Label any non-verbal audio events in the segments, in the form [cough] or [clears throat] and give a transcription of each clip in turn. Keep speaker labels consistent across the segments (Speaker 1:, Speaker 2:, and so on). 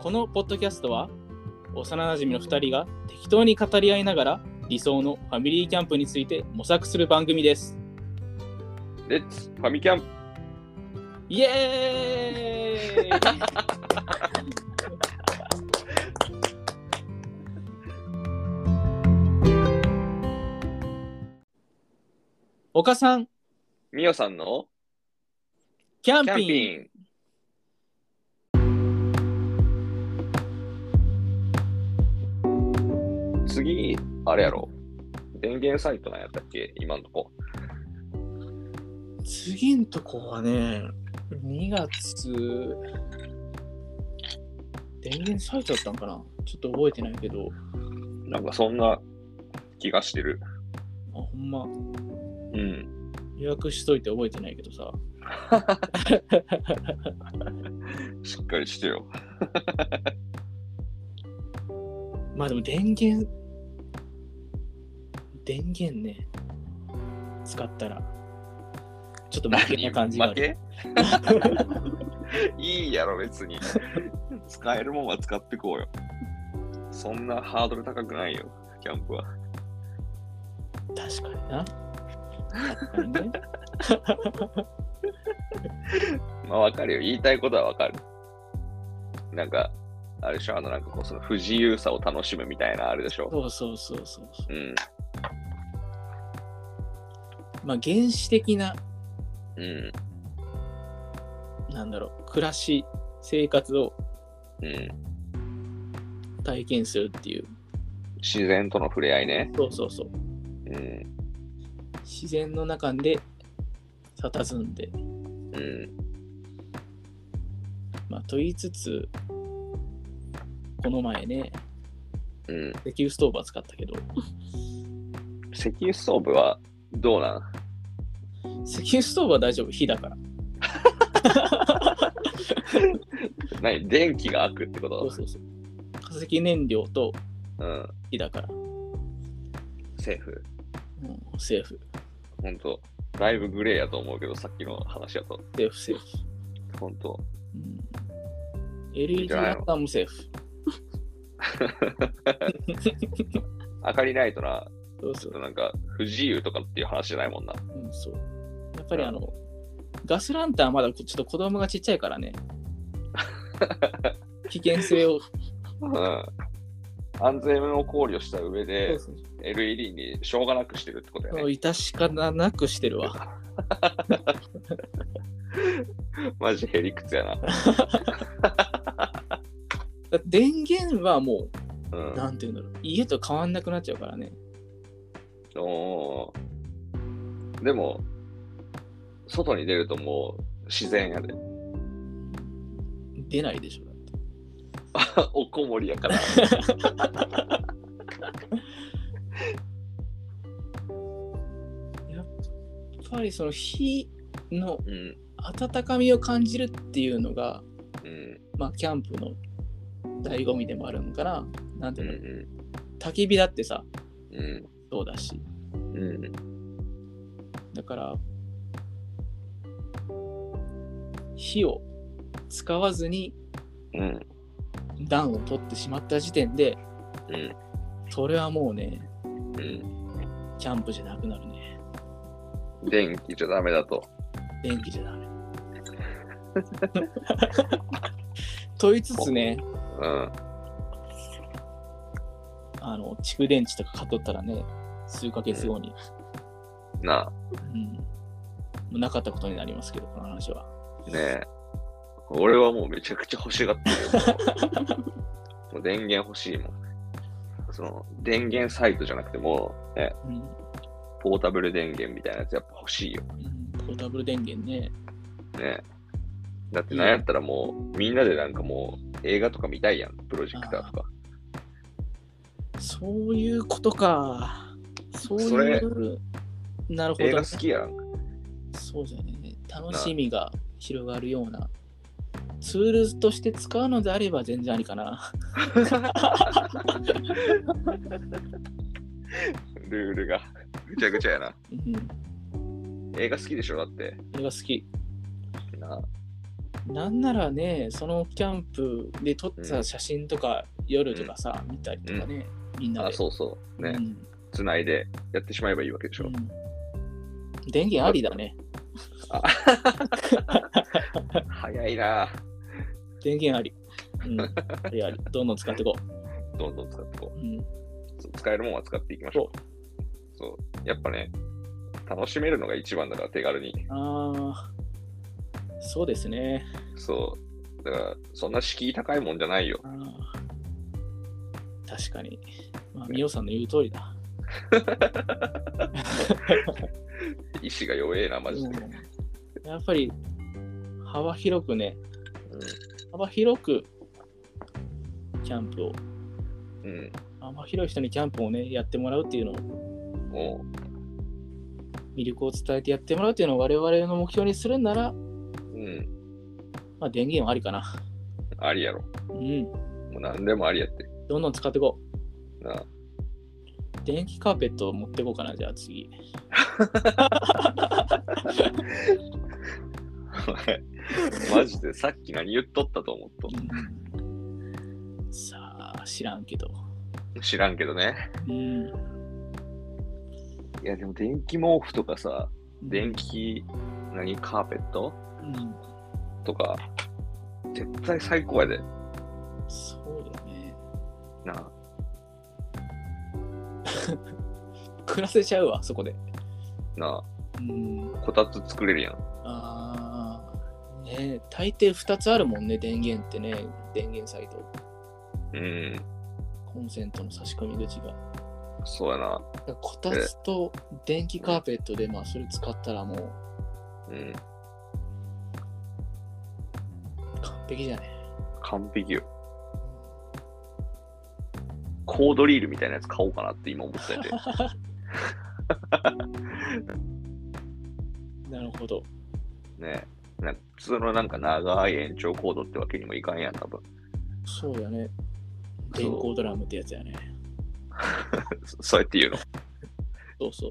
Speaker 1: このポッドキャストは幼なじみの2人が適当に語り合いながら理想のファミリーキャンプについて模索する番組です
Speaker 2: レッツファミキャン
Speaker 1: イエーイ岡さん
Speaker 2: みおさんの
Speaker 1: キャン
Speaker 2: キ
Speaker 1: ピ
Speaker 2: ャン
Speaker 1: ング
Speaker 2: ピング次、あれやろ。電源サイトなんやったっけ今んとこ。
Speaker 1: 次んとこはね、2月、電源サイトだったんかなちょっと覚えてないけど、
Speaker 2: なんかそんな気がしてる。
Speaker 1: あほんま、
Speaker 2: うん。
Speaker 1: 予約しといて覚えてないけどさ。
Speaker 2: しっかりしてよ。
Speaker 1: まあでも電源、電源ね、使ったら、ちょっと負けな感じがあ
Speaker 2: 負
Speaker 1: る。
Speaker 2: け [laughs] いいやろ、別に。使えるもんは使ってこうよ。そんなハードル高くないよ、キャンプは。
Speaker 1: 確かにな。確かにね。
Speaker 2: まあわかるよ。言いたいことはわかる。なんか、あれでしょあの、なんかこう、その不自由さを楽しむみたいなあれでしょ
Speaker 1: そうそうそうそうそう。
Speaker 2: うん。
Speaker 1: まあ原始的な
Speaker 2: う
Speaker 1: なんだろう暮らし生活を
Speaker 2: ん。うん。
Speaker 1: 体験するっていう
Speaker 2: 自然との触れ合いね。
Speaker 1: そうそうそう
Speaker 2: うん。
Speaker 1: 自然の中で佇んで、
Speaker 2: うん。
Speaker 1: まあ、と言いつつこの前ね
Speaker 2: うん。
Speaker 1: 石油ストーブは使ったけど
Speaker 2: 石油ストーブはどうなん
Speaker 1: 石油ストーブは大丈夫火だから
Speaker 2: 何電気が開くってこ
Speaker 1: そう
Speaker 2: と
Speaker 1: そうそう化石燃料と
Speaker 2: うん。
Speaker 1: 火だから、
Speaker 2: セーフ。
Speaker 1: うん、セーフ
Speaker 2: ほんと。だいぶグレーやと思うけど、さっきの話やと。
Speaker 1: セーフセーフ、
Speaker 2: ほんと。
Speaker 1: うん、
Speaker 2: いん
Speaker 1: LED
Speaker 2: じゃないの
Speaker 1: ラッターもセーフ
Speaker 2: 明かりないとな、
Speaker 1: そう
Speaker 2: ち
Speaker 1: そ
Speaker 2: ょっ
Speaker 1: う
Speaker 2: となんか、不自由とかっていう話じゃないもんな。
Speaker 1: うん、そう。やっぱりあの、ガスランタンはまだちょっと子供がちっちゃいから
Speaker 2: [laughs]
Speaker 1: ね。危険性を。
Speaker 2: うん。安全を考慮した上で、
Speaker 1: そう
Speaker 2: LED にしょうがなくしてるってことやね。
Speaker 1: いたしかなくしてるわ。
Speaker 2: マジへりくつやな。
Speaker 1: だって電源はも
Speaker 2: う
Speaker 1: う、 [laughs] なんていうんだろう。家と変わんなくなっちゃうからね。
Speaker 2: ん。おーでも、外に出るともう自然やで。 [laughs]
Speaker 1: 出ないでしょ。だって
Speaker 2: おこもりやから。
Speaker 1: やっぱりその火の
Speaker 2: うん。
Speaker 1: 温かみを感じるっていうのが、
Speaker 2: うん。
Speaker 1: まあ、キャンプの醍醐味でもあるのかな。なんて
Speaker 2: う
Speaker 1: い
Speaker 2: ん
Speaker 1: うの、焚き火だってさ、
Speaker 2: うん。
Speaker 1: そうだし。
Speaker 2: うん。
Speaker 1: だから火を使わずに
Speaker 2: うん。
Speaker 1: 暖を取ってしまった時点で
Speaker 2: うん。
Speaker 1: それはもうね
Speaker 2: うん。
Speaker 1: キャンプじゃなくなるね
Speaker 2: 電気じゃダメだと。
Speaker 1: 電気じゃダメ [laughs] と言いつつね
Speaker 2: うん。
Speaker 1: あの蓄電池とか買っとったらね数ヶ月後に、
Speaker 2: な
Speaker 1: うん、もうなかったことになりますけどこの話は
Speaker 2: あ、ねえ。俺はもうめちゃくちゃ欲しがってる
Speaker 1: [laughs]
Speaker 2: よ。もうもう電源欲しいもん。その、電源サイトじゃなくてもう、ね、
Speaker 1: うん、
Speaker 2: ポータブル電源みたいなやつやっぱ欲しいよ。
Speaker 1: うんポータブル電源ね
Speaker 2: ね。だってなんやったらもう、みんなでなんかもう、映画とか見たいやん、プロジェクターとか。
Speaker 1: そういうことか。そういうルール。なるほ
Speaker 2: 映
Speaker 1: ど
Speaker 2: 画。好きやん。
Speaker 1: そうだよね。楽しみが広がるような。ツールとして使うのであれば全然ありかな。
Speaker 2: ルールが。ぐちゃぐちゃやな。
Speaker 1: うん、
Speaker 2: 映画好きでしょ、だって。
Speaker 1: 映画好き。
Speaker 2: なあ
Speaker 1: なんならね、そのキャンプで撮った写真とか、夜とかさ、見たりとかね、みんな
Speaker 2: あ、
Speaker 1: で。
Speaker 2: そうそう。ね
Speaker 1: う。ん
Speaker 2: つないでやってしまえばいいわけでしょ。
Speaker 1: うん電源ありだね。
Speaker 2: 早いな
Speaker 1: 電源あり。
Speaker 2: [laughs]
Speaker 1: うん、ありあり。どんどん使っていこ
Speaker 2: どんどん使ってこ
Speaker 1: う。うん、
Speaker 2: うそう。使えるもんは使っていきましょう。そう。やっぱね、楽しめるのが一番だから、手軽に。
Speaker 1: ああ、そうですね。
Speaker 2: そう。だから、そんな敷居高いもんじゃないよ。
Speaker 1: あー確かに。まあ、みおさんの言う通りだ。
Speaker 2: 意志が弱えな、マジで。うん
Speaker 1: うんやっぱり幅広くね、幅広くキャンプを、
Speaker 2: うん。
Speaker 1: 幅広い人にキャンプをね、やってもらうっていうのを
Speaker 2: も
Speaker 1: 魅力を伝えてやってもらうっていうのを我々の目標にするんなら、
Speaker 2: う、うん。
Speaker 1: まあ、電源はありかな。
Speaker 2: ありやろ。
Speaker 1: うん。
Speaker 2: もう何でもありやって。
Speaker 1: どんどん使っていこ
Speaker 2: なあ
Speaker 1: う。電気カーペットを持っていこうかな、じゃあ次。
Speaker 2: お前 [laughs] マジでさっき何言っとったと思っ
Speaker 1: うんさあ、知らんけど。
Speaker 2: と。知らんけどね。
Speaker 1: うん。
Speaker 2: いや、でも電気毛布とかさ、電気、何、カーペット
Speaker 1: うん。
Speaker 2: とか、絶対最高やで。
Speaker 1: そうだね。
Speaker 2: なあ
Speaker 1: 暮らせちゃうわ、そこで。
Speaker 2: な
Speaker 1: うん。
Speaker 2: あ、こたつ作れるやん。
Speaker 1: ああ。ねえ大抵2つあるもんね、電源ってね。電源サイト。
Speaker 2: うん、
Speaker 1: コンセントの差し込み口が。
Speaker 2: そうやな。
Speaker 1: だからこたつと電気カーペットで、まあ、それ使ったらもう
Speaker 2: うん、
Speaker 1: 完璧じゃね。
Speaker 2: 完璧よ。コードリールみたいなやつ買おうかなって今思って [laughs] て。
Speaker 1: なるほど。
Speaker 2: ねなんか普通のなんか長い延長コードってわけにもいかんやん、多分。
Speaker 1: そうだね。
Speaker 2: そう
Speaker 1: 電光ドラムってやつやね。
Speaker 2: そそうやって言うの。
Speaker 1: そうそう。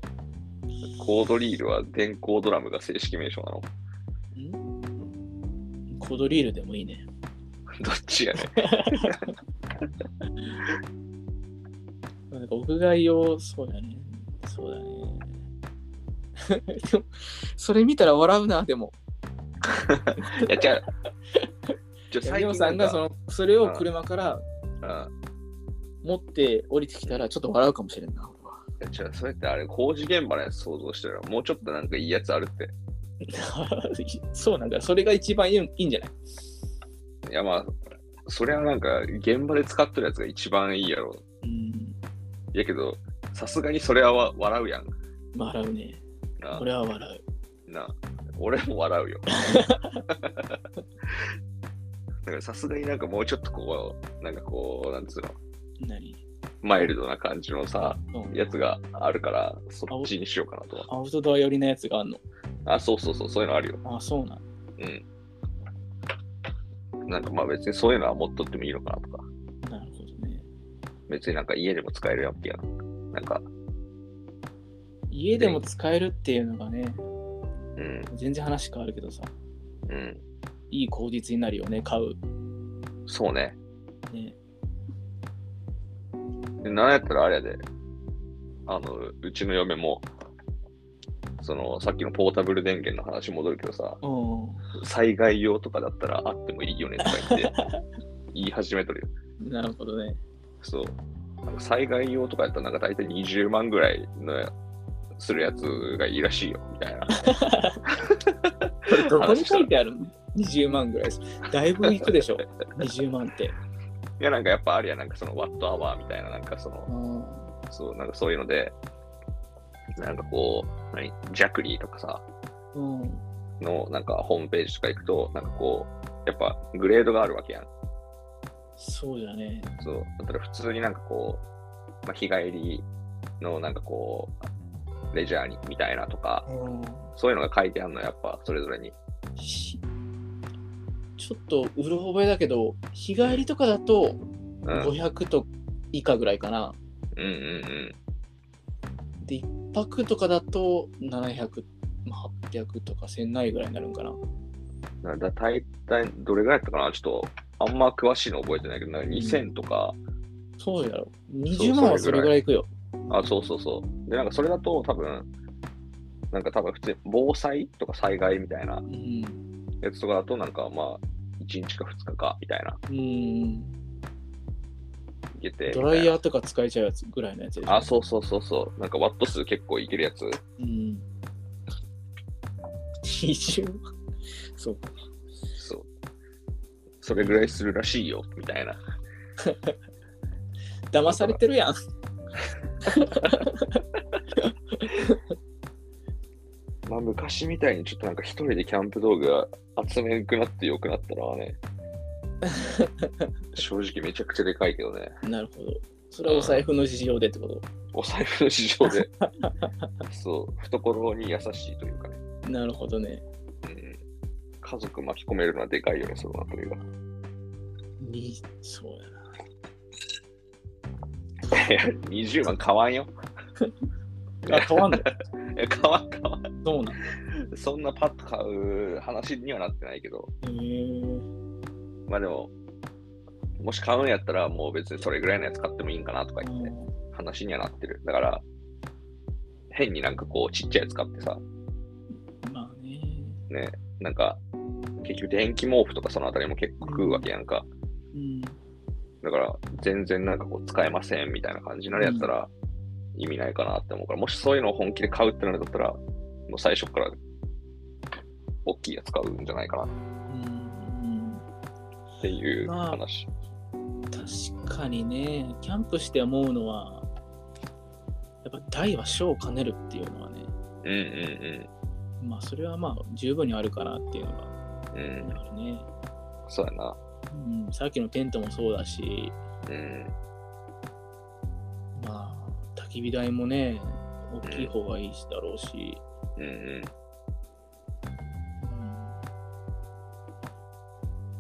Speaker 2: コードリールは電光ドラムが正式名称なの。 [laughs]
Speaker 1: んコードリールでもいいね。
Speaker 2: どっちやね
Speaker 1: なんか屋外用、そうだね。そうだね。 [laughs] でも、それ見たら笑うな、でも。
Speaker 2: ん。いや、じゃあ、じゃあ
Speaker 1: 最
Speaker 2: 最
Speaker 1: 後
Speaker 2: 近
Speaker 1: さん
Speaker 2: な
Speaker 1: が
Speaker 2: ん
Speaker 1: そ
Speaker 2: か
Speaker 1: の、それを車から
Speaker 2: うん
Speaker 1: 持って降りてきたら、ちょっと笑うかもしれんな。 [laughs] 俺はい
Speaker 2: やじゃあそうやってあれ、工事現場のやつ想像してるもうちょっとなんかいいやつあるって。
Speaker 1: そうなんだ。それが一番いいいいんじゃない
Speaker 2: いや、まあ、それはなんか現場で使ってるやつが一番いいやろ。
Speaker 1: うん。
Speaker 2: いやけど、さすがにそれはわ笑うやん。
Speaker 1: 笑うね。
Speaker 2: な
Speaker 1: 俺は笑
Speaker 2: な俺も笑
Speaker 1: [laughs]
Speaker 2: うよ。だからさすがになんかもうちょっとこう、なんかこう、なんつうの、
Speaker 1: う。何
Speaker 2: マイルドな感じのさ、
Speaker 1: うん
Speaker 2: やつがあるから、そっちにしようかなと
Speaker 1: アウトドア寄りのやつがあんの。
Speaker 2: は。あ、そうそうそう、そういうのあるよ。
Speaker 1: あ、そうなん
Speaker 2: うん。なんかまあ別にそういうのは持っとってもいいのかなとか、
Speaker 1: なるほどね。
Speaker 2: 別になんか家でも使えるやんけやん。なんか、
Speaker 1: 家でも使えるっていうのがね、
Speaker 2: うん、
Speaker 1: 全然話変わるけどさ、
Speaker 2: うん、
Speaker 1: いい口実になるよね、買う。
Speaker 2: そうね。
Speaker 1: ね、
Speaker 2: でなんやったらあれやで、あの、うちの嫁も、その、さっきのポータブル電源の話戻るけどさ、
Speaker 1: うん。
Speaker 2: 災害用とかだったらあってもいいよねとか言って言い始めとるよ。
Speaker 1: なるほどね。
Speaker 2: そう。なんか災害用とかやったらなんか大体20万ぐらいのやするやつがいいらしいよみたいな。
Speaker 1: これどこに書いてあるの ?20 万ぐらいです。だいぶいくでしょ、20万って。
Speaker 2: いやなんかやっぱあるやんなんかそのワットアワーみたいななんかその
Speaker 1: うん。
Speaker 2: そうなんかそういうのでなんかこう何ジャクリーとかさ
Speaker 1: うん。
Speaker 2: のなんかホームページとか行くとなんかこうやっぱグレードがあるわけやん。
Speaker 1: そうじゃね。
Speaker 2: そう。だから普通になんかこう、まあ、日帰りのなんかこう、レジャーにみたいなとか、
Speaker 1: うん。
Speaker 2: そういうのが書いてあるのやっぱそれぞれに。
Speaker 1: しちょっとうる覚えだけど、日帰りとかだと
Speaker 2: うん。うん
Speaker 1: 500と以下ぐらいかな。
Speaker 2: うんうん。
Speaker 1: で、1泊とかだと700、まあ800とか1000ないぐらいになるんかな。
Speaker 2: なんだ大体どれぐらいだったかなちょっとあんま詳しいの覚えてないけど、なんか2000とか、
Speaker 1: そうやろ。
Speaker 2: そう
Speaker 1: 20万はそれぐらいいくよ。
Speaker 2: あ、そうそうそう。で、なんかそれだと多分、なんか多分普通に防災とか災害みたいな
Speaker 1: うん。
Speaker 2: やつとかだと、なんかまあ、1日か2日かみたいな、
Speaker 1: うん。
Speaker 2: いけて。
Speaker 1: ドライ
Speaker 2: ー
Speaker 1: ヤーとか使えちゃうやつぐらいのやつでしょ
Speaker 2: あ、そうそうそうそう。なんかワット数結構いけるやつ。
Speaker 1: うん。20万 [laughs] そう。
Speaker 2: そう。それぐらいするらしいよ、みたいな。
Speaker 1: 騙されてるやん。 [laughs]
Speaker 2: まあ昔みたいにちょっとなんか一人でキャンプ道具が集めなくなって良くなったのはね、正直めちゃくちゃでかいけどね。
Speaker 1: なるほど。それはお財布の事情でってこと
Speaker 2: お財布の事情で、そう、懐に優しいというかね、
Speaker 1: なるほどね。
Speaker 2: うん、家族巻き込めるのはでかいよね、そのあたり [laughs] が。
Speaker 1: にそうやな。
Speaker 2: いや20万買わんよ。
Speaker 1: あ、変わんの [laughs]
Speaker 2: いや買わん、買わん。
Speaker 1: どうなん
Speaker 2: そんなパッと買う話にはなってないけど、
Speaker 1: へー
Speaker 2: まあでも、もし買うんやったら、もう別にそれぐらいのやつ買ってもいいんかなとか言って、話にはなってる。だから、変になんかこう、ちっちゃいやつ買ってさ、
Speaker 1: まあね。
Speaker 2: なんか、結局電気毛布とかそのあたりも結構食うわけやんか。
Speaker 1: うん。
Speaker 2: だから、全然なんかこう使えませんみたいな感じになるやったら、意味ないかなって思うから、もしそういうのを本気で買うってなるんだったら、もう最初から大きいやつ買うんじゃないかな
Speaker 1: うん。
Speaker 2: っていう
Speaker 1: まあ
Speaker 2: 話。
Speaker 1: 確かにね、キャンプして思うのは、やっぱ大は小を兼ねるっていうのはね、
Speaker 2: うんう
Speaker 1: まあそれはまあ十分にあるかなっていうの
Speaker 2: んうん。うん、
Speaker 1: があるね。
Speaker 2: そうやな。
Speaker 1: うん、さっきのテントもそうだし、
Speaker 2: うん。
Speaker 1: まあ焚き火台もね、大きい方がいいしだろうし、
Speaker 2: うんうん。
Speaker 1: うん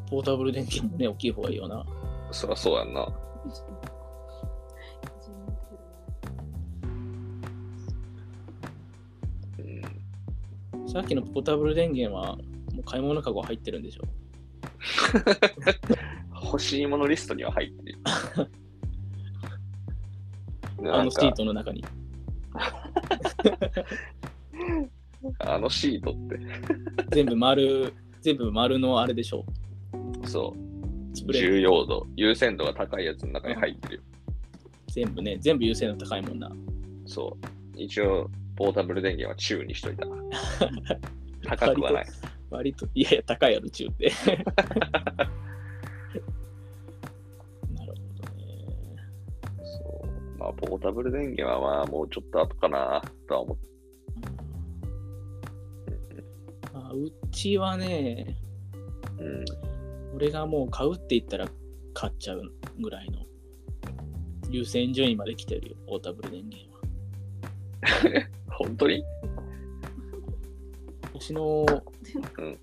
Speaker 1: ポータブル電源もね、大きい方がいいよな。
Speaker 2: そりゃそうやんな。うん。
Speaker 1: さっきのポータブル電源は、もう買い物カゴ入ってるんでしょ。
Speaker 2: 欲しいものリストには入ってる。 [laughs]
Speaker 1: あのシ
Speaker 2: な
Speaker 1: ー
Speaker 2: んか
Speaker 1: トの中に。
Speaker 2: あのシートっ
Speaker 1: 全部丸、 [laughs] 全部丸のあれでしょ。
Speaker 2: て、そう。
Speaker 1: スプレー。
Speaker 2: 重要度、優先度が高いやつの中に入ってるよ。
Speaker 1: 全部ね、全部優先度高いもんな。
Speaker 2: そう。一応、ポータブル電源は中にしと [laughs] いた。高くはない。
Speaker 1: 割と、いやいや、高いやろ、中
Speaker 2: [laughs]
Speaker 1: って。なるほどね。
Speaker 2: そう。まあ、ポータブル電源はまあ、もうちょっと後かなとは思って。
Speaker 1: まあ、うちはね、
Speaker 2: うん。
Speaker 1: 俺がもう買うって言ったら買っちゃうぐらいの優先順位まで来てるよ、ポータブル電源は。
Speaker 2: 本当に
Speaker 1: うちの、
Speaker 2: うん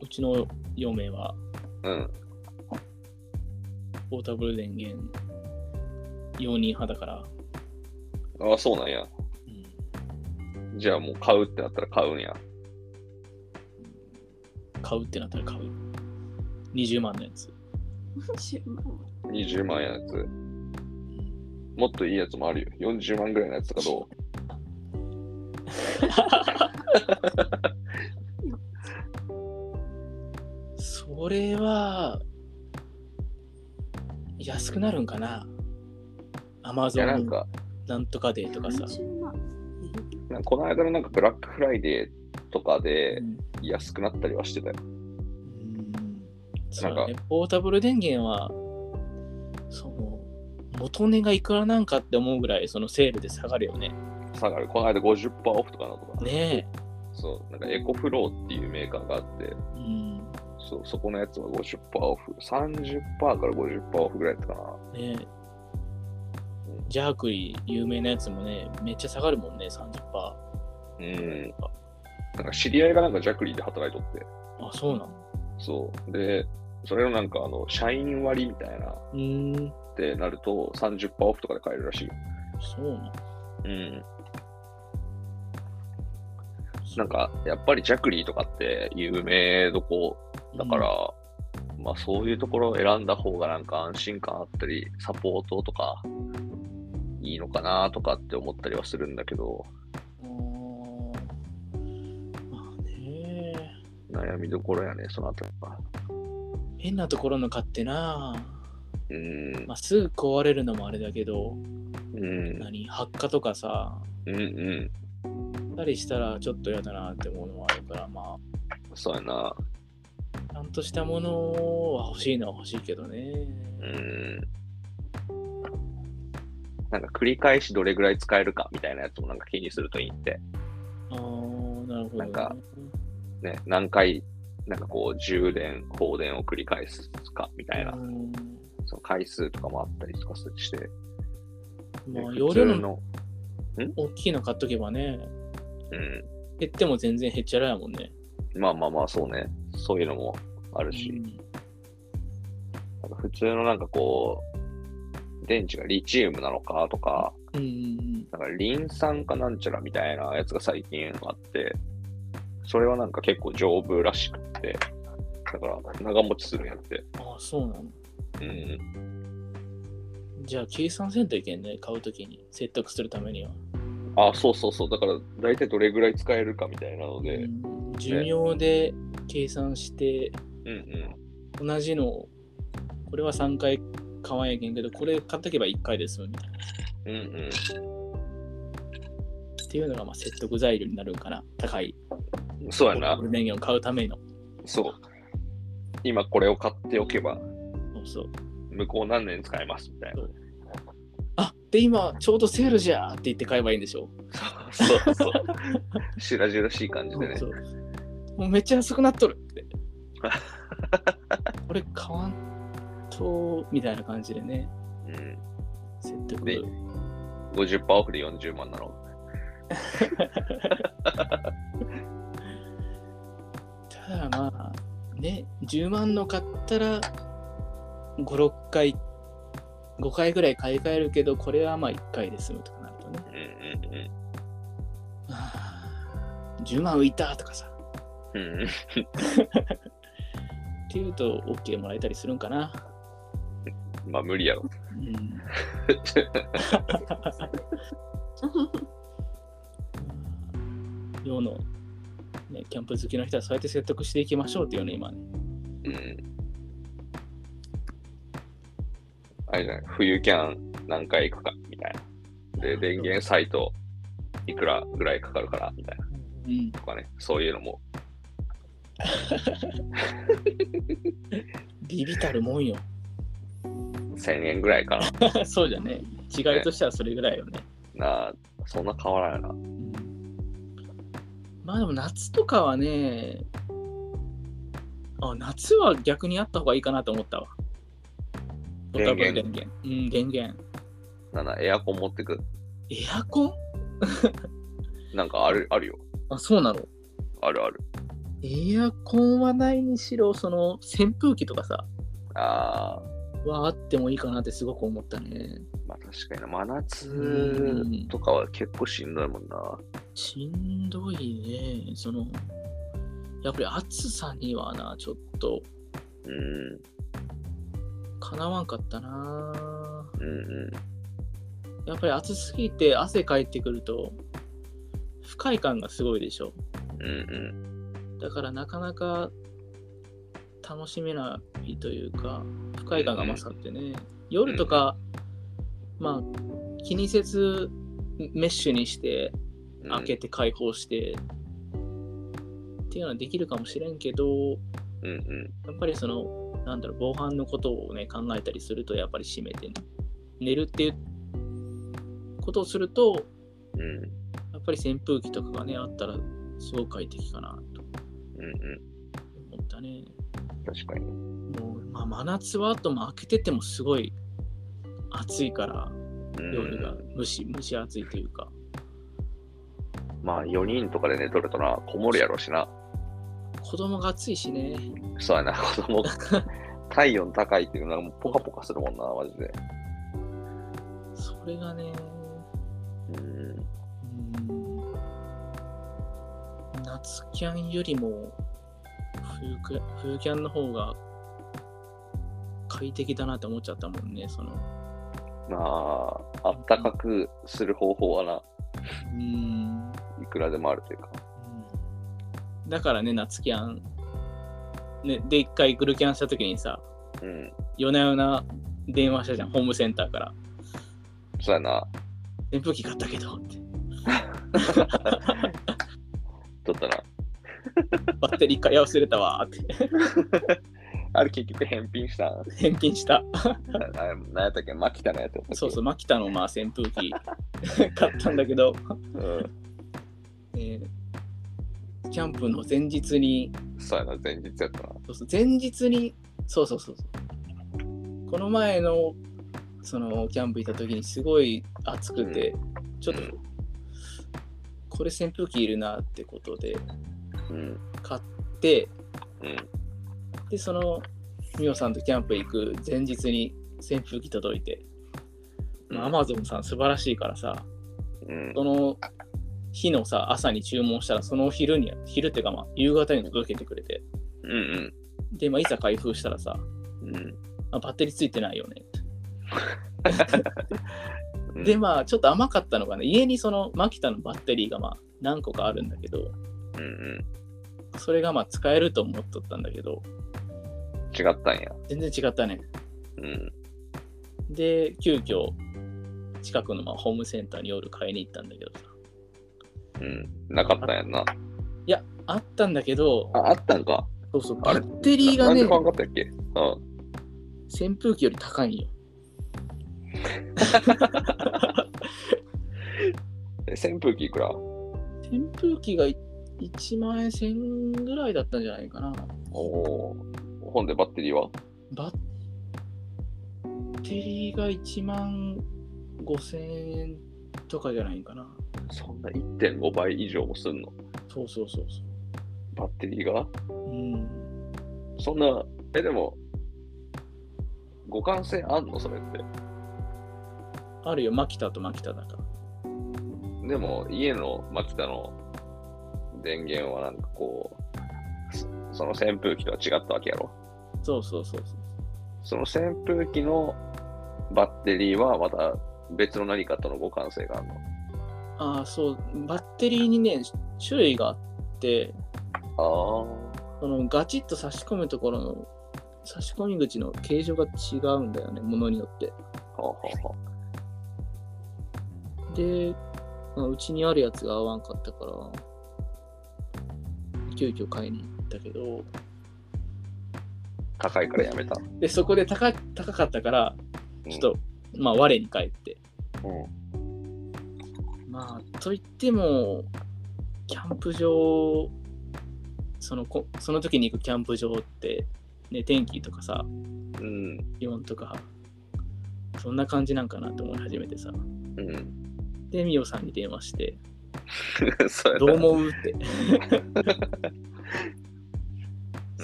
Speaker 1: うちの嫁は、
Speaker 2: うん。
Speaker 1: ポータブル電源容認派だから、
Speaker 2: ああ、そうなんや。
Speaker 1: うん
Speaker 2: じゃあもう買うってなったら買うんや。
Speaker 1: 買うってなったら買うよ。20万のやつ。
Speaker 2: 20万円のやつ。もっといいやつもあるよ。40万ぐらいのやつとかど
Speaker 1: それは、安くなるんかなアマ
Speaker 2: うい
Speaker 1: ゾ
Speaker 2: や、なん
Speaker 1: ン
Speaker 2: か、
Speaker 1: なんとかでとかさ。
Speaker 2: なんかこの間のなんかブラックフライデーとかで
Speaker 1: うん
Speaker 2: 安くなったりはしてたよ。
Speaker 1: うんそうだね、ポータブル電源は、その、元値がいくらなんかって思うぐらい、そのセールで下がるよね。
Speaker 2: 下がる。この間50%オフとかなとか。
Speaker 1: ね
Speaker 2: そう、なんかエコフローっていうメーカーがあって、
Speaker 1: え。うん。
Speaker 2: そうそこのやつは50%オフ、30%から50%オフぐらいだったかな。
Speaker 1: ねえ。ジャークリー、有名なやつもね、めっちゃ下がるもんね、30%。
Speaker 2: うん。なんか知り合いがなんかジャクリーで働いとって、
Speaker 1: あ、そうなの
Speaker 2: そう。で、それのなんかあの、社員割みたいなっ
Speaker 1: うーん、
Speaker 2: てなると30%オフとかで買えるらしいよ。
Speaker 1: そうなの
Speaker 2: うん。なんか、やっぱりジャクリーとかって有名どこだから、まあそういうところを選んだ方がなんか安心感あったり、サポートとかいいのかなとかって思ったりはするんだけど、
Speaker 1: うんまあね
Speaker 2: 悩みどころやね、そのあたりは。
Speaker 1: 変なところの勝手な、
Speaker 2: うん
Speaker 1: まあ、すぐ壊れるのもあれだけど
Speaker 2: うん
Speaker 1: 何発火とかさ
Speaker 2: うんうん。
Speaker 1: たりしたらちょっと嫌だなって思うのはあるからま
Speaker 2: そうやな。
Speaker 1: あちゃんとしたものは欲しいのは欲しいけどね
Speaker 2: うん。なんか繰り返しどれぐらい使えるかみたいなやつもなんか気にするといいって。
Speaker 1: ああなるほど、ね、
Speaker 2: なんかね、何回、なんかこう充電、放電を繰り返すかみたいな
Speaker 1: う、ん
Speaker 2: その回数とかもあったりとかして、ね
Speaker 1: まあ
Speaker 2: 普
Speaker 1: 容
Speaker 2: 通
Speaker 1: 量の
Speaker 2: の、
Speaker 1: 大きいの買っとけばね
Speaker 2: う
Speaker 1: 減っても全然減っちゃらやもんね、
Speaker 2: ん。まあまあまあ、そうね。そういうのもあるし、なんか普通のなんかこう、電池がリチウムなのかとか、
Speaker 1: うんうん
Speaker 2: なんかリン酸かなんちゃらみたいなやつが最近あって、それはなんか結構丈夫らしくって、だから長持ちするんやって。
Speaker 1: うんああそうなの
Speaker 2: うん。
Speaker 1: じゃあ計算せんといけんね買うときに説得するためには、
Speaker 2: あ、そうそうそう。だから大体どれぐらい使えるかみたいなので、
Speaker 1: う
Speaker 2: うん
Speaker 1: ん寿命で計算して
Speaker 2: うん。
Speaker 1: 同じのをこれは3回買わんやけんけどこれ買っとけば1回ですよみたいな
Speaker 2: うんうん。
Speaker 1: っていうのがまあ説得材料になるんかな高い
Speaker 2: そうやな
Speaker 1: ゴ。ル電源を買うための
Speaker 2: そう。今これを買っておけば、
Speaker 1: そうそう
Speaker 2: 向こう何年使えますみたいな。
Speaker 1: あで今ちょうどセールじゃーって言って買えばいいんでしょ
Speaker 2: そうそう。白々しい感じでね。
Speaker 1: そうもうめっちゃ安くなっと [laughs] るってこれ買わんとみたいな感じでね
Speaker 2: うん。
Speaker 1: 説得
Speaker 2: で50%オフで40万なの。
Speaker 1: ただまあね10万の買ったら56回5回ぐらい買い替えるけどこれはまあ1回で済むとかなるとね
Speaker 2: うんうんうん。
Speaker 1: はあ10万浮いたとかさ
Speaker 2: うんうん、
Speaker 1: っていうと OK もらえたりするんかな
Speaker 2: まあ無理やろ。
Speaker 1: うん [laughs] 世の、ね、キャンプ好きの人はそうやって説得していきましょうっていうね今ね
Speaker 2: うん。あれじゃない、冬キャン何回行くかみたいな。で、電源サイトいくらぐらいかかるからみたいな
Speaker 1: うん
Speaker 2: とかね、そういうのも。
Speaker 1: ビビたるもんよ [laughs]
Speaker 2: 1000円ぐらいかな。
Speaker 1: そうじゃね違いとしてはそれぐらいよね
Speaker 2: なあ、そんな変わらんやな。
Speaker 1: まあでも夏とかはね、あ夏は逆にあった方がいいかなと思ったわ。
Speaker 2: 電源
Speaker 1: ポータブル電源。うん、電源。
Speaker 2: なんだ、エアコン持ってく。
Speaker 1: エアコン
Speaker 2: なんかある、あるよ。
Speaker 1: あ、そうなの。
Speaker 2: あるある。
Speaker 1: エアコンはないにしろ、その扇風機とかさ、
Speaker 2: ああ、
Speaker 1: はあってもいいかなってすごく思ったね。
Speaker 2: まあ確かにな。真夏とかは結構しんどいもんな。
Speaker 1: しんどいね。その、やっぱり暑さにはな、ちょっと、
Speaker 2: うん。
Speaker 1: かなわんかったな。
Speaker 2: うんうん。
Speaker 1: やっぱり暑すぎて汗かいてくると不快感がすごいでしょ
Speaker 2: うんうん。
Speaker 1: だからなかなか楽しめないというか不快感が勝ってね、夜とか、まあ気にせずメッシュにして
Speaker 2: うん
Speaker 1: 開けて開放して、っていうのはできるかもしれんけど
Speaker 2: うんうん。
Speaker 1: やっぱりそのなんだろう防犯のことをね考えたりするとやっぱり閉めて、ね、寝るっていうことをすると
Speaker 2: うん
Speaker 1: やっぱり扇風機とかがね、あったら、すごく快適かなと
Speaker 2: うんう
Speaker 1: 思ったね。
Speaker 2: ん。確かに。
Speaker 1: もう、まあ、真夏はあとも開けててもすごい暑いから、夜が
Speaker 2: うん
Speaker 1: 蒸し、蒸し暑いというか、
Speaker 2: まあ4人とかで寝とるとな、こもるやろしな。
Speaker 1: 子供が暑いしね、
Speaker 2: そうやな、子供、
Speaker 1: [laughs]
Speaker 2: 体温高いっていうのはもうポカポカするもんな、マジで。
Speaker 1: それがね、
Speaker 2: うん。
Speaker 1: うーん、夏キャンよりも冬キャ冬キャンの方が快適だなって思っちゃったもんね、その。
Speaker 2: まあ、あったかくする方法はな、
Speaker 1: うん。
Speaker 2: いくらでもあるというか。
Speaker 1: だからね、夏キャン。ね、で、一回グルキャンした時にさ、
Speaker 2: うん。
Speaker 1: 夜な夜な電話したじゃん、ホームセンターから。
Speaker 2: そうやな。
Speaker 1: 扇風機買ったけどって。
Speaker 2: ちょっとな。
Speaker 1: バッテリー買い忘れたわーって。
Speaker 2: あれ結局返品したん。
Speaker 1: 返品した。
Speaker 2: なななんやったっけマキタのやつやったっけ
Speaker 1: そうそう、マキタのまあ扇風機 [laughs] 買ったんだけど、
Speaker 2: うん。
Speaker 1: えーキャンプの前日に、
Speaker 2: そうやな、前日やったな。
Speaker 1: そうそう前日に、そうそうそうそう。この前のそのキャンプ行った時にすごい暑くて、ちょっと、
Speaker 2: うん
Speaker 1: これ扇風機いるなってことで
Speaker 2: うん。
Speaker 1: 買って、
Speaker 2: うん。
Speaker 1: で、そのミオさんとキャンプ行く前日に扇風機届いて、アマゾンさん素晴らしいからさ、
Speaker 2: うん。
Speaker 1: その日のさ、朝に注文したら、その昼に、昼っていうかまあ、夕方に届けてくれて、
Speaker 2: うん。
Speaker 1: で、まあ、いざ開封したらさ、
Speaker 2: うん。
Speaker 1: あバッテリーついてない
Speaker 2: [laughs]
Speaker 1: よね。
Speaker 2: うん。
Speaker 1: で、まあ、ちょっと甘かったのがね、家にその、マキタのバッテリーがまあ、何個かあるんだけど、
Speaker 2: うんうん。
Speaker 1: それがまあ、使えると思っとったんだけど、
Speaker 2: 違ったんや。
Speaker 1: 全然違ったね。
Speaker 2: うん。
Speaker 1: で、急遽、近くのまあホームセンターに夜買いに行ったんだけどさ。
Speaker 2: うん。なかったんやんな。
Speaker 1: いや、あったんだけど、
Speaker 2: あ、あったんか。
Speaker 1: そうそう、バ
Speaker 2: あれ
Speaker 1: ッテリーが
Speaker 2: ななん
Speaker 1: ね、
Speaker 2: で買わんかったっけうん。
Speaker 1: 扇風機より高いんよ。
Speaker 2: え扇風機いくら
Speaker 1: 扇風機がい1万円1000ぐらいだったんじゃないかな。
Speaker 2: おおー。本でバッテリーは
Speaker 1: バッテリーが1万5000円とかじゃないかな。
Speaker 2: そんな1.5倍以上もすんの
Speaker 1: そうそうそうそ
Speaker 2: バッテリーが
Speaker 1: う。うん。
Speaker 2: そんな、え、でも、互換性あんのそれって。
Speaker 1: あるよ、マキタとマキタだから。
Speaker 2: でも、家のマキタの電源はなんかこう、そその扇風機とは違ったわけやろ。
Speaker 1: そうそうそうそう。
Speaker 2: その扇風機のバッテリーはまた別の何かとの互換性があるの。
Speaker 1: ああ、そう、バッテリーにね、種類があって、
Speaker 2: あ
Speaker 1: そのガチッと差し込むところの、差し込み口の形状が違うんだよね、ものによって。
Speaker 2: あ、はあは
Speaker 1: で、まあうちにあるやつが合わんかったから、急遽買いに行ったけど、
Speaker 2: あ、高いからやめた。
Speaker 1: で、そこで高高かったから、ちょっと、まあ、我に返って。
Speaker 2: うん、うん
Speaker 1: まあ、といっても、キャンプ場、そのこその時に行くキャンプ場って、ね、天気とかさ、
Speaker 2: うん。
Speaker 1: 気温とか、そんな感じなんかなと思い始めてさ。
Speaker 2: うん。 [laughs]
Speaker 1: で、ミオさんに電話して、
Speaker 2: そうや
Speaker 1: どう
Speaker 2: な
Speaker 1: 思うって、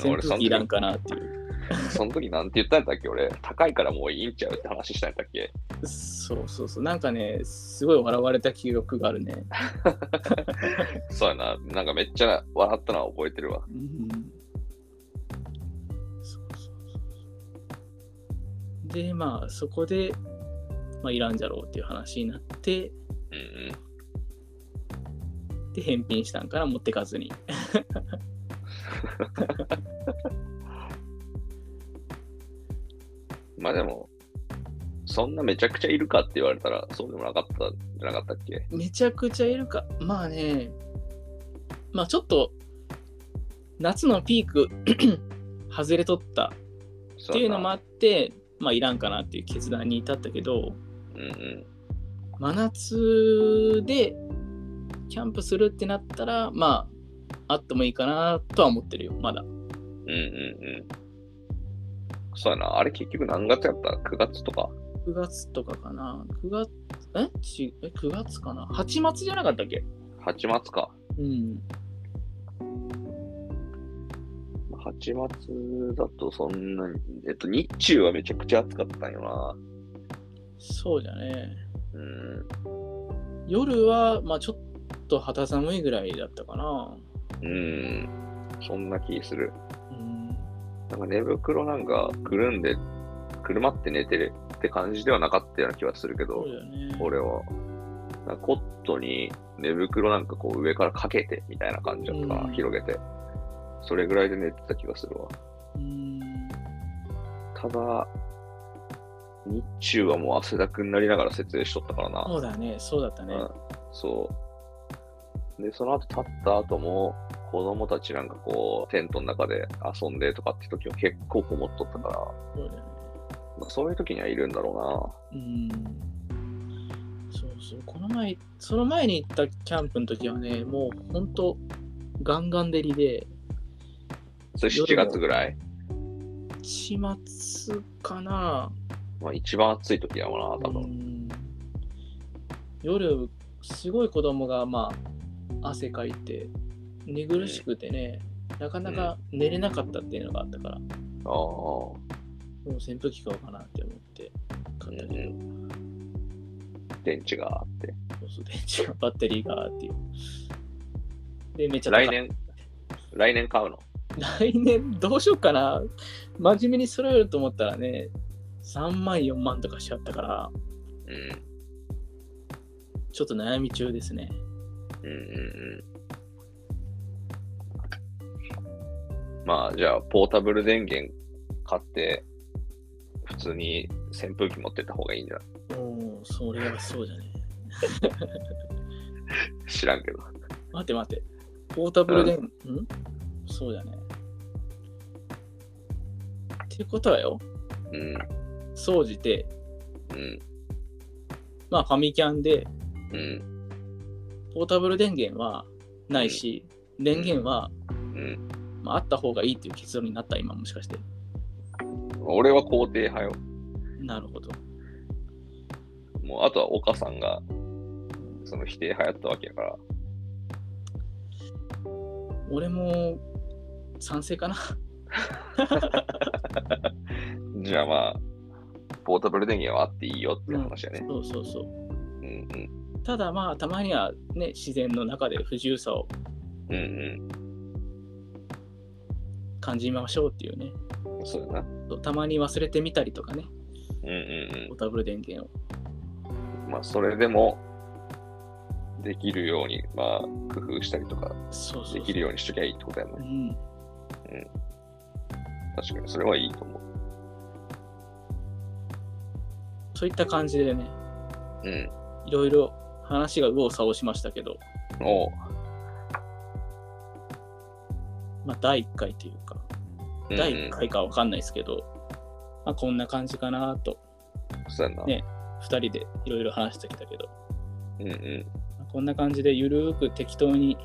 Speaker 1: 扇
Speaker 2: 俺そ
Speaker 1: 風
Speaker 2: の
Speaker 1: 機いらん
Speaker 2: 時、
Speaker 1: かなっていう。
Speaker 2: その時なんて言ったんやったっけ俺、高いからもういいんちゃうって話したんやったっけ
Speaker 1: そうそうそう。なんかね、すごい笑われた記憶があるね。
Speaker 2: そうやな。なんかめっちゃ笑ったのは覚えてるわ。
Speaker 1: うんそうそうそうそうでまあそこで、まあ、いらんじゃろうっていう話になって
Speaker 2: うんうん。
Speaker 1: で返品したんから持ってかずに
Speaker 2: まあでも、そんなめちゃくちゃいるかって言われたら、そうでもなかったんじゃなかったっけ
Speaker 1: めちゃくちゃいるかまあねまあちょっと夏のピーク [clears throat] 外れとったっ
Speaker 2: そ
Speaker 1: ていうのも
Speaker 2: ま
Speaker 1: あってまあいらんかなっていう決断に至ったけど
Speaker 2: うんうん。
Speaker 1: 真夏でキャンプするってなったらまああってもいいかなとは思ってるよまだ
Speaker 2: うんうんうん。そうやな。あれ結局何月やった ?9 月とか。
Speaker 1: 9月とかかな9月えちえ9月かな8月じゃなかったっけ
Speaker 2: 8月か。
Speaker 1: うん
Speaker 2: 8月だとそんなに、えっと、日中はめちゃくちゃ暑かったんよ
Speaker 1: そうじゃね
Speaker 2: な。うん。
Speaker 1: 夜はまあちょっと肌寒いぐらいだったかな
Speaker 2: うん。そんな気する。
Speaker 1: うん。
Speaker 2: なんか寝袋なんか、くるんで、くるまって寝てるって感じではなかったような気はするけど
Speaker 1: そう、だよね。
Speaker 2: 俺は。なんかコットに寝袋なんかこう上からかけてみたいな感じだったか
Speaker 1: う
Speaker 2: な、
Speaker 1: ん
Speaker 2: 広げて。それぐらいで寝てた気がするわ。
Speaker 1: うん。
Speaker 2: ただ、日中はもう汗だくになりながら設営しとったからな。
Speaker 1: そうだね、そうだったね。
Speaker 2: うんそう。で、その後立った後も、子供たちなんかこう、テントの中で遊んでとかって時は結構こもっとったから、
Speaker 1: そうだよね。
Speaker 2: まあ、そういう時にはいるんだろ
Speaker 1: うん。そうそう。この前、その前に行ったキャンプの時はね、もう本当ガンガン照りで、
Speaker 2: うな。それ7月ぐらい。
Speaker 1: 始末かな。
Speaker 2: まあ一番暑い時やもんな、多
Speaker 1: う
Speaker 2: 分。
Speaker 1: ん夜、すごい子供が、まあ、汗かいて、寝苦しくてね、なかなか寝れなかったっていうのがあったから、
Speaker 2: ああ。
Speaker 1: もう扇風機買おうかなって思って買ったけど、
Speaker 2: 電池があって。
Speaker 1: そうそう電池がバッテリーがっていう。で、めっちゃ高い
Speaker 2: 来年、来年買うの。
Speaker 1: 来年どうしようかな。真面目に揃えると思ったらね、3万、4万とかしちゃったから、
Speaker 2: うん。
Speaker 1: ちょっと悩み中ですね。
Speaker 2: うんうんうん。まあ、じゃあ、ポータブル電源買って、普通に扇風機持ってった方がいいんじゃない
Speaker 1: おお、それはそうじゃね。
Speaker 2: 知らんけど。
Speaker 1: 待って待って。ポータブル電、ん、そうじゃね。ってことはよ、
Speaker 2: うん、
Speaker 1: 総じて、
Speaker 2: うん、
Speaker 1: まあファミキャンで、
Speaker 2: うん、
Speaker 1: ポータブル電源はないし、電源は、
Speaker 2: うん。
Speaker 1: まあ、あった方がいいっていう結論になった、今もしかして。
Speaker 2: 俺は肯定派よ。
Speaker 1: なるほど。
Speaker 2: もう、あとは岡さんが、その否定派やったわけやから。
Speaker 1: 俺も賛成かな。
Speaker 2: じゃあまあ、ポータブル電源はあっていいよっていう話やね。
Speaker 1: そうそうそう。
Speaker 2: うん、うん、
Speaker 1: ただまあたまにはね自然の中で不自由さを
Speaker 2: うん、うん
Speaker 1: 感じましょうっていうね
Speaker 2: うん。そうやな。
Speaker 1: そうたまに忘れてみたりとかね
Speaker 2: うん、うん、
Speaker 1: ポータブル電源を
Speaker 2: うん。まあ、それでも、できるように、まあ、工夫したりとか、
Speaker 1: そうそう
Speaker 2: できるようにしときゃいいってことやも。
Speaker 1: うんん
Speaker 2: 確かに、それはいいと思う。
Speaker 1: そういった感じでね
Speaker 2: うん。
Speaker 1: いろいろ話が右往左往しましたけど
Speaker 2: おう
Speaker 1: まあ第1回というか
Speaker 2: うん、
Speaker 1: 第1回かわかんないですけど、まあ、こんな感じかなと
Speaker 2: うん。そうやな。
Speaker 1: ね2人でいろいろ話してきたけど、
Speaker 2: うん、うん。
Speaker 1: まあこんな感じでゆるーく適当に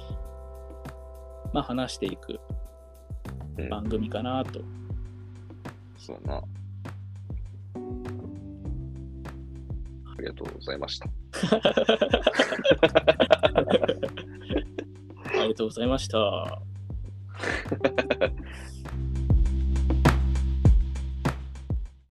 Speaker 1: まあ話していく
Speaker 2: うん
Speaker 1: 番組かなと
Speaker 2: そうやな。ありがとうございました。
Speaker 1: ありがとうございました。